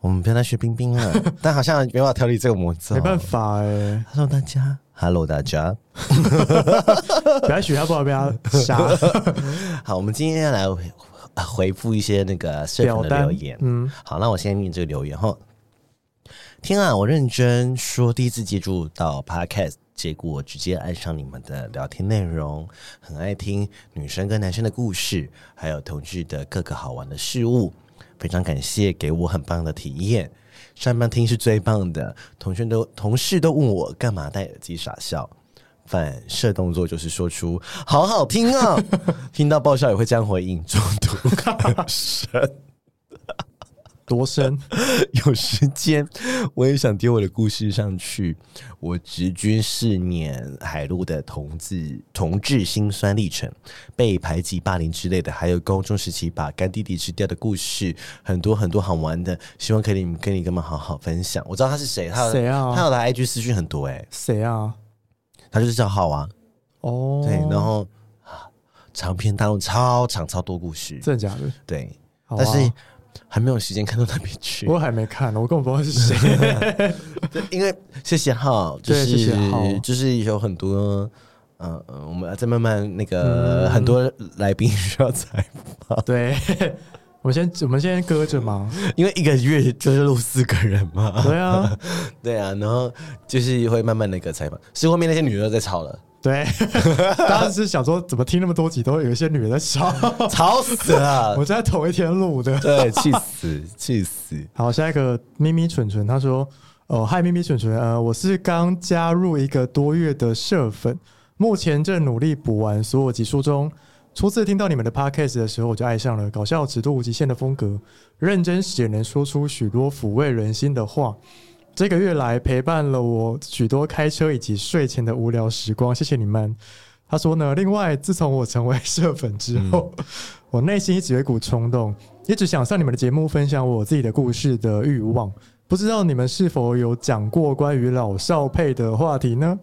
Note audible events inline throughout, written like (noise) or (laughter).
我们不要再学冰冰了， (laughs) 但好像没办法调理这个魔咒。没办。法哎、 Hello，大家。Hello，大家。不要学他，不然被他杀。好，我们今天要来回呃回复一些那个社表粉的单留言。嗯，好，那我先念这个留言哈。天啊，我认真说，第一次接触到 podcast，结果直接爱上你们的聊天内容，很爱听女生跟男生的故事，还有同志的各个好玩的事物。非常感谢给我很棒的体验，上班听是最棒的。同学都同事都问我干嘛戴耳机傻笑，反射动作就是说出“好好听啊”，听到爆笑也会这样回应，中毒更深。多深？ (laughs) 有时间，我也想丢我的故事上去。我直军四年海陆的同志同志辛酸历程，被排挤、霸凌之类的，还有高中时期把干弟弟吃掉的故事，很多很多好玩的。希望可以跟你哥们好好分享。我知道他是谁，他有谁啊他有来 IG 私讯很多哎、谁啊？他就是赵浩啊，哦，对，然后啊长篇大论超长超多故事，真的假的？对，好啊但是还没有时间看到那边去。我还没看，我根本不知道是 (laughs) 谁。对， (laughs) 因为谢谢浩，就对谢是谢浩就是有很多，呃，呃我们再慢慢那个、嗯很多来宾需要采访，对，我们先我们先搁着 (laughs) 嘛。因为一个月就是录四个人嘛，对啊， (laughs) 对啊，然后就是会慢慢那个采访，是后面那些女的都在 (laughs) 吵了，对，当时想说怎么听那么多集都会有一些女人在 (laughs) 笑，吵死了 (laughs) 我，在同一天录的。对，气死，气死，好，下一个咪咪蠢蠢，他说：“哦，嗨，咪咪蠢蠢，呃，我是刚加入一个多月的社粉，目前正努力补完所有集数中。初次听到你们的 podcast 的时候，我就爱上了搞笑尺度无极限的风格，认真时也能说出许多抚慰人心的话。这个月来陪伴了我许多开车以及睡前的无聊时光，谢谢你们。”他说呢，另外，自从我成为社粉之后，我内心一直有一股冲动，一直想上你们的节目分享我自己的故事的欲望。不知道你们是否有讲过关于老少配的话题呢？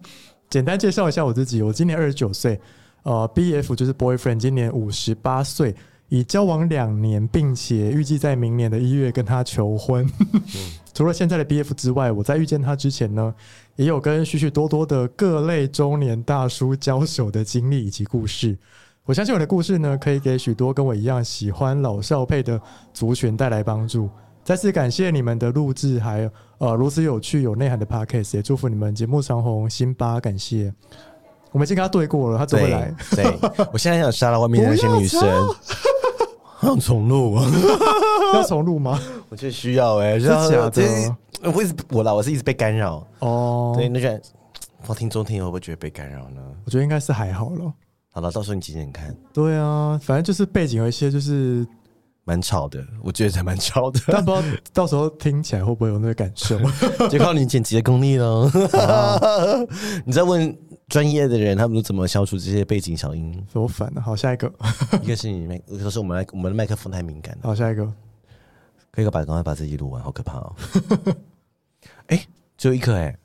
简单介绍一下我自己，我今年二十九岁，呃，BF 就是 boyfriend，今年五十八岁，已交往两年，并且预计在明年的一月跟他求婚。 (laughs) 除了现在的 BF 之外，我在遇见他之前呢，也有跟许许多多的各类中年大叔交手的经历以及故事。我相信我的故事呢，可以给许多跟我一样喜欢老少配的族群带来帮助。再次感谢你们的录制，还有呃如此有趣有内涵的 podcast，也祝福你们节目长红。辛巴，感谢。我们已经跟他对过了，他怎么对来？对，我现在想杀了外面的那些不女生， (laughs) 好想重录啊。要重录吗？我觉得需要哎、欸，真的假的这样这呃我一直我啦，我是一直被干扰，哦，对，那就不听中听会不会觉得被干扰呢？我觉得应该是还好了。好了，到时候你剪剪看，对啊，反正就是背景有一些 (laughs) 就是，蛮吵的，我觉得才蛮吵的，但不知道到时候听起来会不会有那个感受。 (laughs) 就靠你剪辑的功力喽。啊 (laughs) 你在问专业的人，他们都怎么消除这些背景小音？多烦啊！好，下一个，一个是你麦，一个是我们麦，我们的麦克风太敏感了，好，下一个，可以把赶快把自己录完，好可怕 (laughs) 哦。哎、只有一个哎、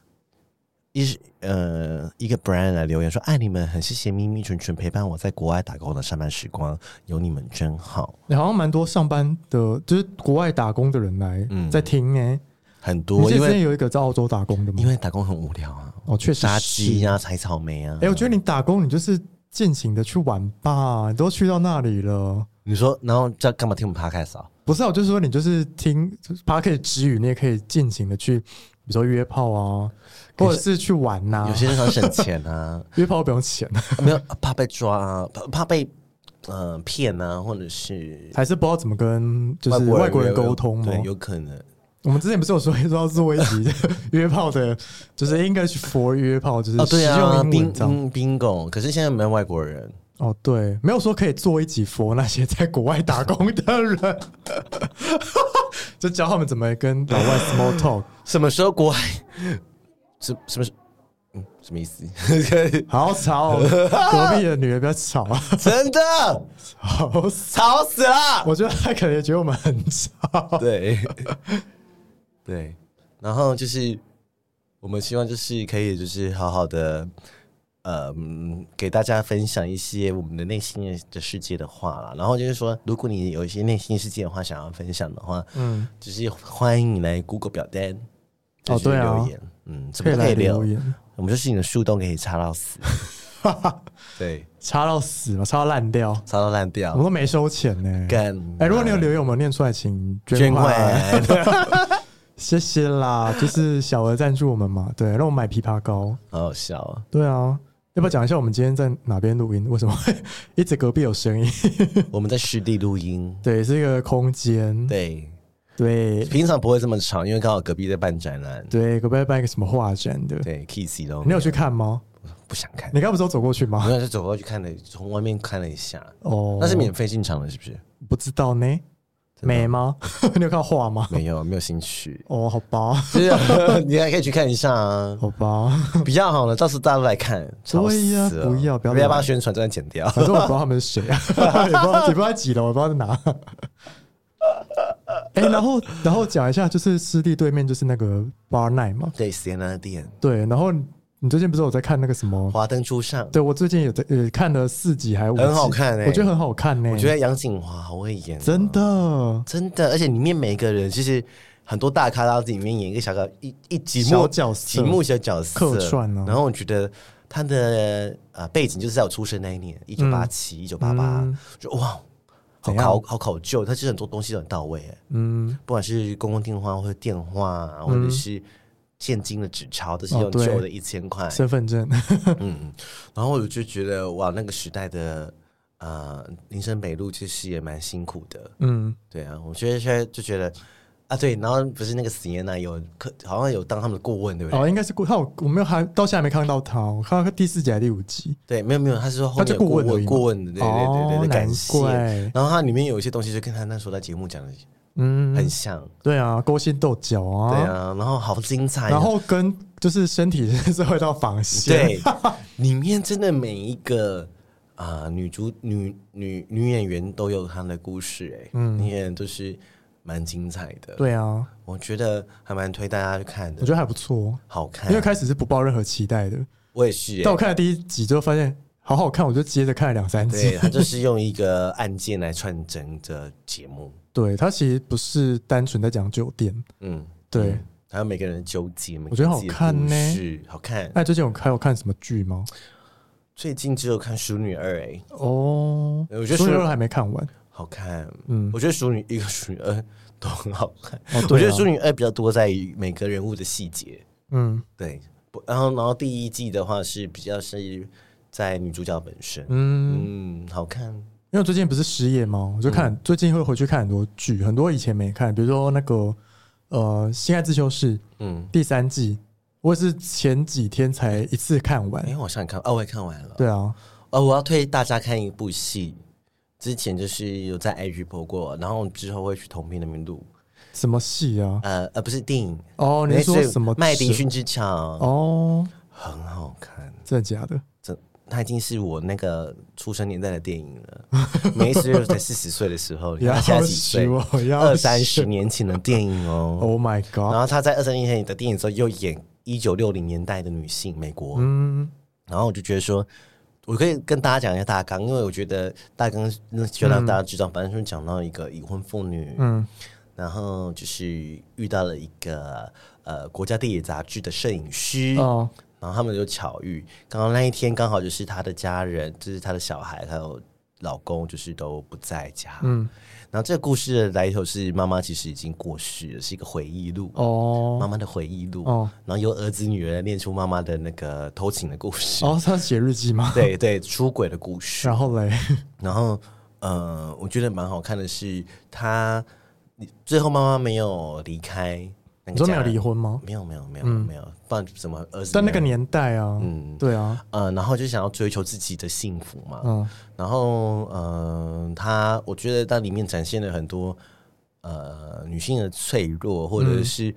一是呃，一个 brand 来留言说：“爱你们，很谢谢咪咪纯纯陪伴我在国外打工的上班时光，有你们真好。你好像蛮多上班的，就是国外打工的人来、嗯在听呢、欸很你多，之因前为有一个在澳洲打工的吗因？为打工很无聊啊，哦，确实杀是。鸡啊，采草莓啊。哎、我觉得你打工，你就是尽情的去玩吧，你都去到那里了。你说，然后这干嘛听我们 podcast 啊？不是、啊，我就是说，你就是听 p a r k 之余，你也可以尽情的去，比如说约炮啊，可是或者是去玩呐、有些人想省钱 (laughs) 啊，约炮不用钱，没有怕被抓啊，怕怕被呃骗啊，或者是还是不知道怎么跟就是外外国人沟通吗对，？有可能。我们之前不是有说说要做一集 (laughs) 约炮的，就是 English for 约炮，就是哦，实对啊，用英冰文这样。嗯 bingo，可是现在没有外国人，哦，对，没有说可以做一集 for 那些在国外打工的人， (laughs) 就教他们怎么跟老外 small talk。什么时候国外？什什么时嗯，什么意思？ (laughs) 好吵哦，隔壁的女的比较吵啊，真的吵死！吵死了。我觉得她可能也觉得我们很吵。对， (laughs) 对，然后就是我们希望就是可以就是好好的，呃，嗯给大家分享一些我们的内心的世界的话啦。然后就是说，如果你有一些内心世界的话想要分享的话，嗯，就是欢迎你来 Google 表单，就哦是对啊留言，嗯，什可么以都可来以留留，言，我们就是你的树洞可以插 (laughs) 到死，对，插到死嘛，插到烂掉，插到烂我们掉，都没收钱呢。干。哦哎，如果你有留言，我们念出来，请捐款， (laughs) 款，谢谢啦，就是小额赞助我们嘛，对，让我们买枇杷膏。好好笑啊！对啊，要不要讲一下我们今天在哪边录音？为什么 (laughs) 会一直隔壁有声音？ (laughs) 我们在实地录音，对，是一个空间。对，对平常不会这么长，因为刚好隔壁在办展览。对，隔壁要办一个什么画展的？对，Kissy 都没你有去看吗？不想看，你刚不是有走过去我吗？那就走过去看了，从外面看了一下，哦，那是免费进场的，是不是？不知道呢，真的美吗？ (laughs) 你有看画吗？。没有，没有兴趣 (laughs) 哦，好吧，就是你还可以去看一下啊，好吧，比较好呢。到时候大家都来看，吵对呀死了不要不要不要把宣传这段剪掉。反正我不知道他们是谁 (laughs) 啊，也不知道也不知道在几楼，我不知道在哪。哎、然后然后讲一下，就是湿地对面就是那个 Bar Night 嘛，对，时间的店，对，然后你最近不是有在看那个什么？华灯初上，对我最近也在也看了四集还五集，很好看欸我觉得很好看呢、我觉得杨景华好会演哦，真的真的，而且里面每一个人其实很多大咖，到里面演一个小角一一几幕小角色几幕小角色客串啊然后我觉得他的呃背景就是在我出生那一年，一九八七、一九八八嗯，就哇，好怎样考好考究，他其实很多东西都很到位，哎嗯，不管是公共电话或者电话，或者是现金的纸钞，都是哦用对旧的一千块，身份证 (laughs) 嗯，然后我就觉得哇，那个时代的呃林森北路其实也蛮辛苦的，嗯，对啊，我觉得现在就觉得啊，对，然后不是那个 s i e n a 有可好像有当他们的顾问，对不对？哦，应该是顾他有，我没有还到现在还没看到他，我看到第四集还是第五集，对，没有没有，他是说后他就面有顾顾问而已嘛问顾问的，对对对对哦对，感难谢。怪然后它里面有一些东西就跟他那时候在节目讲的嗯，很像，对啊，勾心斗角啊，对啊，然后好精彩、然后跟就是身体是会到防线， (laughs) 对，里面真的每一个啊、女主女女女演员都有她的故事、哎，嗯，女演员都是蛮精彩的，，对啊，我觉得还蛮推大家去看我的觉，得还不错，好看，因为开始是不抱任何期待的，我也是、哎但我看了第一集之后发现好好看，我就接着看了两三对 (laughs) 集。他就是用一个案件来串整个节目，对，它其实不是单纯在讲酒店，嗯，对。还有每个人的纠结，我觉得好看呢是好看。那最近有还有看什么剧吗？最近只有看《淑女二》哎，哦，我觉得所淑有女人还没看完。好看，嗯我觉得《淑女一》和《淑女二》都很好看。哦，我觉对得啊《淑女二》比较多在于每个人物的细节，嗯对。不然后，然后第一季的话是比较是在女主角本身，嗯，嗯，好看，因为我最近不是失业吗？我就看、最近会回去看很多剧，很多以前没看，比如说那个呃《心爱自修室》嗯，第三季，我也是前几天才一次看完哎、。我想看，哦，我也看完了，对啊，哦，我要推大家看一部戏，之前就是有在 IG 播过，然后之后会去同频那边录。什么戏啊？呃呃，不是电影，哦，你那是说是什么麦迪蛇逊之桥》哦，很好看，真的假的？这它已经是我那个出生年代的电影 (laughs) 了。梅斯瑞才四十岁的时候，你要看 (laughs) 他现在几死岁？我！要二三十死年前的电 (laughs) 影哦。 ！Oh my 然 god！后他在二三年前的电影之后，又演一九六零年代的女性，美国。嗯，然后我就觉得说，我可以跟大家讲一下大纲，因为我觉得大纲就让大家知道，反正就是讲到一个已婚妇女，嗯，然后就是遇到了一个呃国家地理杂志的摄影师，哦，然后他们就巧遇，刚好那一天刚好就是她的家人，就是她的小孩还有老公，就是都不在家，嗯，然后这个故事的来头是妈妈其实已经过世了，是一个回忆录。妈哦，妈的回忆录，哦然后由儿子女儿念出妈妈的那个偷情的故事。哦，他是写日记 (laughs) (laughs) 吗？对对，出轨的故事。然后嘞，然后，呃，我觉得蛮好看的是，他你最后妈妈没有离开那你说个没家，有离婚吗？没有，没有，没有，没有，不然怎么儿子？在那个，年代啊，嗯对啊，呃，然后就想要追求自己的幸福嘛。嗯然后，嗯，他我觉得在嗯里面展现了很多呃女性的脆弱，或者是、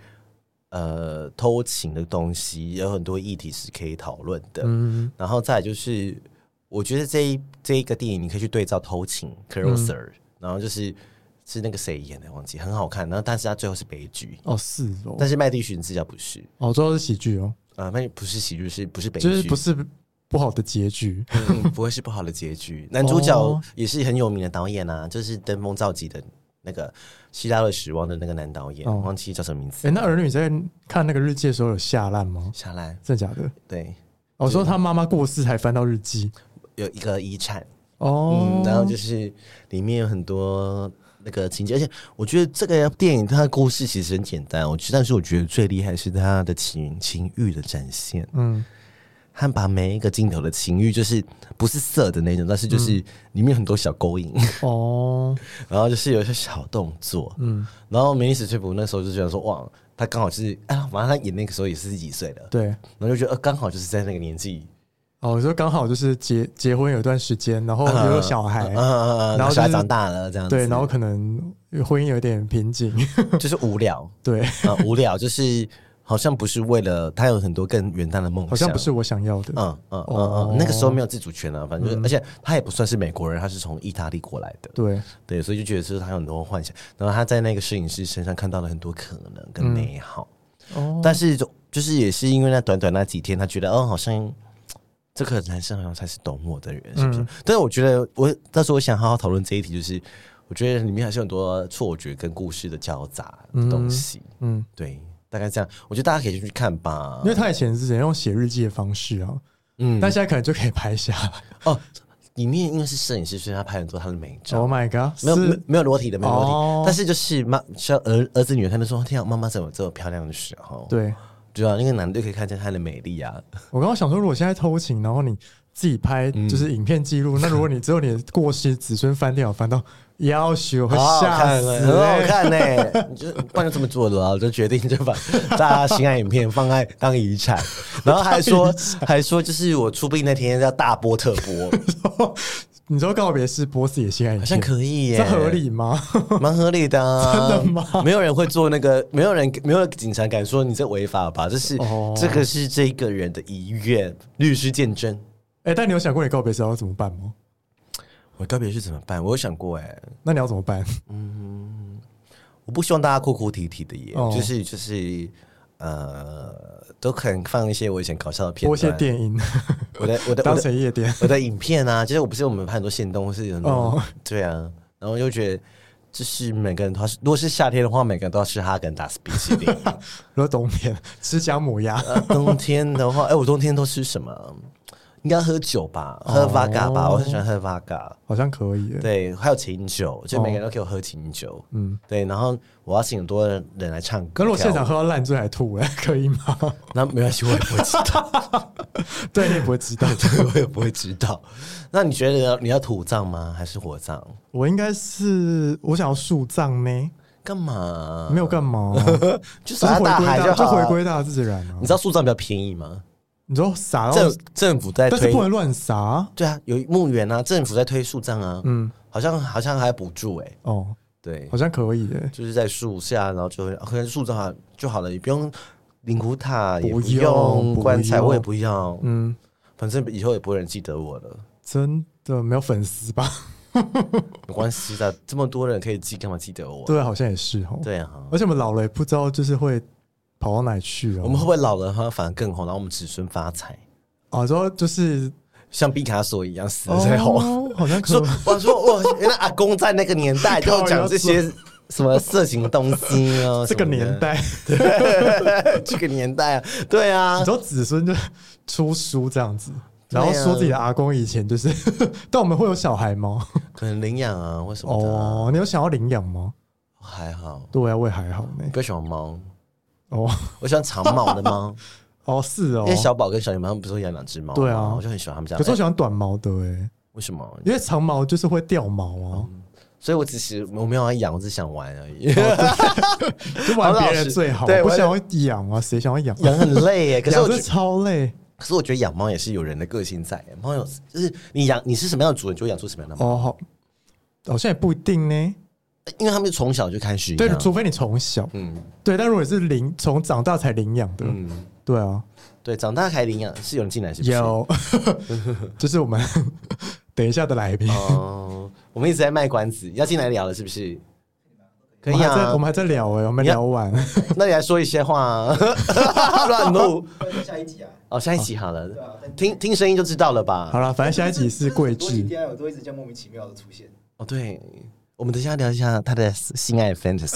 呃偷情的东西，有很多议题是可以讨论的。嗯然后再来就是，我觉得这一这一个电影你可以去对照《偷情》（Closer），、然嗯后就是是那个谁演的，忘记很好看。然后但是他最后是悲剧，哦是哦，但是麦迪逊自家不是哦最后是喜剧哦，啊，那、不是喜剧，是不是悲剧？就是不是不好的结局嗯、不会是不好的结局。男主哦角也是很有名的导演啊，就是《登峰造极》的那个《希腊的时望》的那个男导演，哦忘记叫什么名字。哎、那儿女在看那个日记的时候有下烂吗？夏兰真的假的？对，哦，说他妈妈过世才翻到日记有一个遗产，哦嗯，，然后就是里面有很多那个情节，而且我觉得这个电影它的故事其实很简单，我觉得但是我觉得最厉害是它的情情欲的展现，嗯和把每一个镜头的情欲就是不是色的那种，但是就是里面很多小勾引，哦然后就是有一些小动作，嗯然后梅丽史翠普那时候就觉得说哇。他刚好就是，啊，反正他演那个时候也是几岁了，对。然后就觉得呃，刚好就是在那个年纪，哦，就刚好就是结结婚有一段时间，然后也有小孩，嗯嗯嗯嗯，然然后就后是小孩长大了这样子，对，然后可能婚姻有点瓶颈， (laughs) 就是无聊，对，啊，无聊，就是好像不是为了他有很多更远大的梦想，好像不是。我想要的。嗯嗯嗯哦嗯嗯，那个时候没有自主权啊，反正就、而且他也不算是美国人，他是从意大利过来的，对，对，所以就觉得是他有很多幻想，然后他在那个摄影师身上看到了很多可能嗯跟美好，哦，但是就就是也是因为那短短那几天，他觉得哦，好像这个男生好像才是懂我的人，是不是？嗯但是我觉得我到时候我想好好讨论这一题，就是我觉得里面还是有很多错觉跟故事的交杂的东西，嗯，对，大概这样。我觉得大家可以去看吧因，为他以前是只能用写日记的方式啊，啊嗯，但但是现在可能就可以拍下来。哦，里面因为是摄影师，所以他拍很多他的美照。 Oh my god，没有没有是没有裸体的，没有裸体，哦但是就是妈像儿儿子女儿，他们说天啊，妈妈怎么这么漂亮的时候，对对啊，那个男的可以看见她的美丽 (laughs) 啊，我刚刚想说，如果现在偷情，然后你自己拍嗯就是影片记 (laughs) 录，那如果你只有你的过世子孙翻电脑翻到要求会好好吓看死、欸，欸， (laughs) 很好看呢、你就不然就这么做的啊，我就决定就把大家心爱影片放在当遗 (laughs) 产，然后还说还说就是我出殡那天要大播特播，你说告别式播自己的心爱影好像片，可以 (laughs) 耶、这合理吗？ (laughs) 蛮合理的、啊，真的吗？没有人会做那个，没有人，没有警察敢说你这违法吧？这是、哦这个是这个人的遗愿，律师见证。哎、但你有想过你告别式要怎么办吗？我告别是怎么办？我有想过哎、那你要怎么办？我不希望大家哭哭啼啼的耶，哦就是就是呃，都可能放一些我以前搞笑的片播一些段，电 (laughs) 影，我的我的我当的成夜店。 (laughs) 我的影片啊，就是我不是我们拍很多线动，或是有那种、哦对啊，然后就觉得。就是每个人都要吃，如果是夏天的话，每个人都要吃哈根达斯冰淇淋。如果冬天吃姜母鸭，呃，冬天的话，哎、 (laughs) 我冬天都吃什么？应该喝酒吧，喝哦 Vaga 吧，我很喜欢喝 Vaga。好像可以耶。对，还有琴酒，就每个人都给我喝琴酒。嗯，对，然后我要请很多人来唱可歌。是我现场喝到烂醉还吐了， (laughs) 可以 (laughs) 吗？那没关系，我也不会知道， (laughs) 对，你也不会知道。对，我也不会知道。那你觉得你要土葬吗？还是火葬？我应该是我想要树葬呢，干嘛？没有干嘛，啊就就是撒回大归海大，就好回了。归大自然啊你。知道树葬比较便宜吗？你说撒到，政政府在但是推不，能乱撒。对啊，有墓园啊，政府在推树葬啊，嗯，好像好像还补助哎、哦，对好，像可以耶。就是在树下，然后就会可能树上就好了，也不用灵骨塔，也不用用不棺材，用我也不要，嗯，反正以后也不会有人记得我了，真的没有粉丝吧？ (laughs) 没关系的，这么多人可以记，干嘛记得我？对，好像也是哦。对啊，而且我们老了也不知道就是会跑到哪里去哦。我们会不会老了，反反而更红，然后我们子孙发财，啊，之后就是像毕卡索一样死了才红？哦，好像可说以。我说我原来阿公在那个年代就讲这些什么色情的东西啊， (laughs) 这个年代，什么的， (laughs) 这个年代啊，对啊你知，道子孙就出书这样子，然后对啊说自己的阿公以前就是，但我们会有小孩吗？可能领养啊，为什么的啊、哦，你有想要领养吗？还好。对啊，我也还好呢我。比较喜欢猫，哦我喜欢长毛的猫， (laughs) 哦，是哦因为。小宝跟小野猫他们不是都养两只猫吗？对啊我就很喜欢他们家。可是我哎喜欢短毛的哎、为什么？因为长毛就是会掉毛啊，嗯所以我只是我没有要养，我只是想玩而已。 (laughs) 就玩别人最好，好老实对不想要养啊，谁想要养？养很累 (laughs) 耶，可是养我觉是得，超累可是我觉得养猫也是有人的个性在耶。猫有就是你养你是什么样的主人，就会养出什么样的猫。哦，好，好像也不一定呢。因为他们从小就开始一对，样除非你从小嗯对，但如果你是领从长大才领养的，嗯，对啊，对，长大才领养是有人进来是不是？有， (laughs) 这是我们等一下的来宾。哦，我们一直在卖关子，要进来聊了是不是？可我以们还在啊我，们还在聊哎、我们你要聊 (laughs) 完，那你来说一些话、啊， (laughs) 乱录会下一集啊，哦，下一集好了，对啊，但听听声音就知道了吧？好了，反正下一集是桂 (laughs) 就是智很多集 DI 我都一直这样莫名其妙的出现，哦，对，我们等一下聊一下他的性爱 (laughs) fantasy，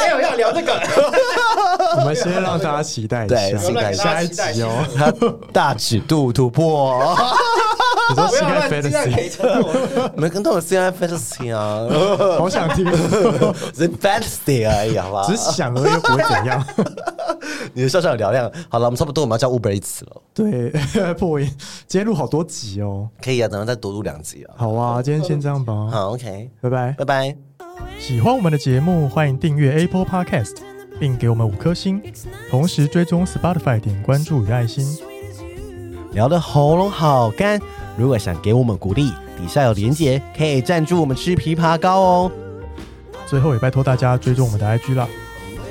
没有要聊这个，我们先让大家期待一对 (laughs) 下不要乱给大下家一期待集哦。他大尺度突破，你说不性要爱乱进来 fantasy，陪衬我， (laughs) 没跟到我性爱 fantasy (laughs) 啊，好想听， (laughs) 只是 fantasy 而已，好吧只？是想而已，又不会怎样。你的笑声有嘹亮。好了，我们差不多我们要叫 Uber 一次了，对， (laughs) 破音，今天录好多集哦。可以啊，咱们再多录两集啊。好啊，今天先这样吧，好，OK，拜拜。拜拜。喜欢我们的节目，欢迎订阅 Apple Podcast，并给我们五颗星，同时追踪 Spotify 点关注与爱心。聊的喉咙好干，如果想给我们鼓励，底下有连结，可以赞助我们吃枇杷膏哦。最后也拜托大家追踪我们的 IG 啦，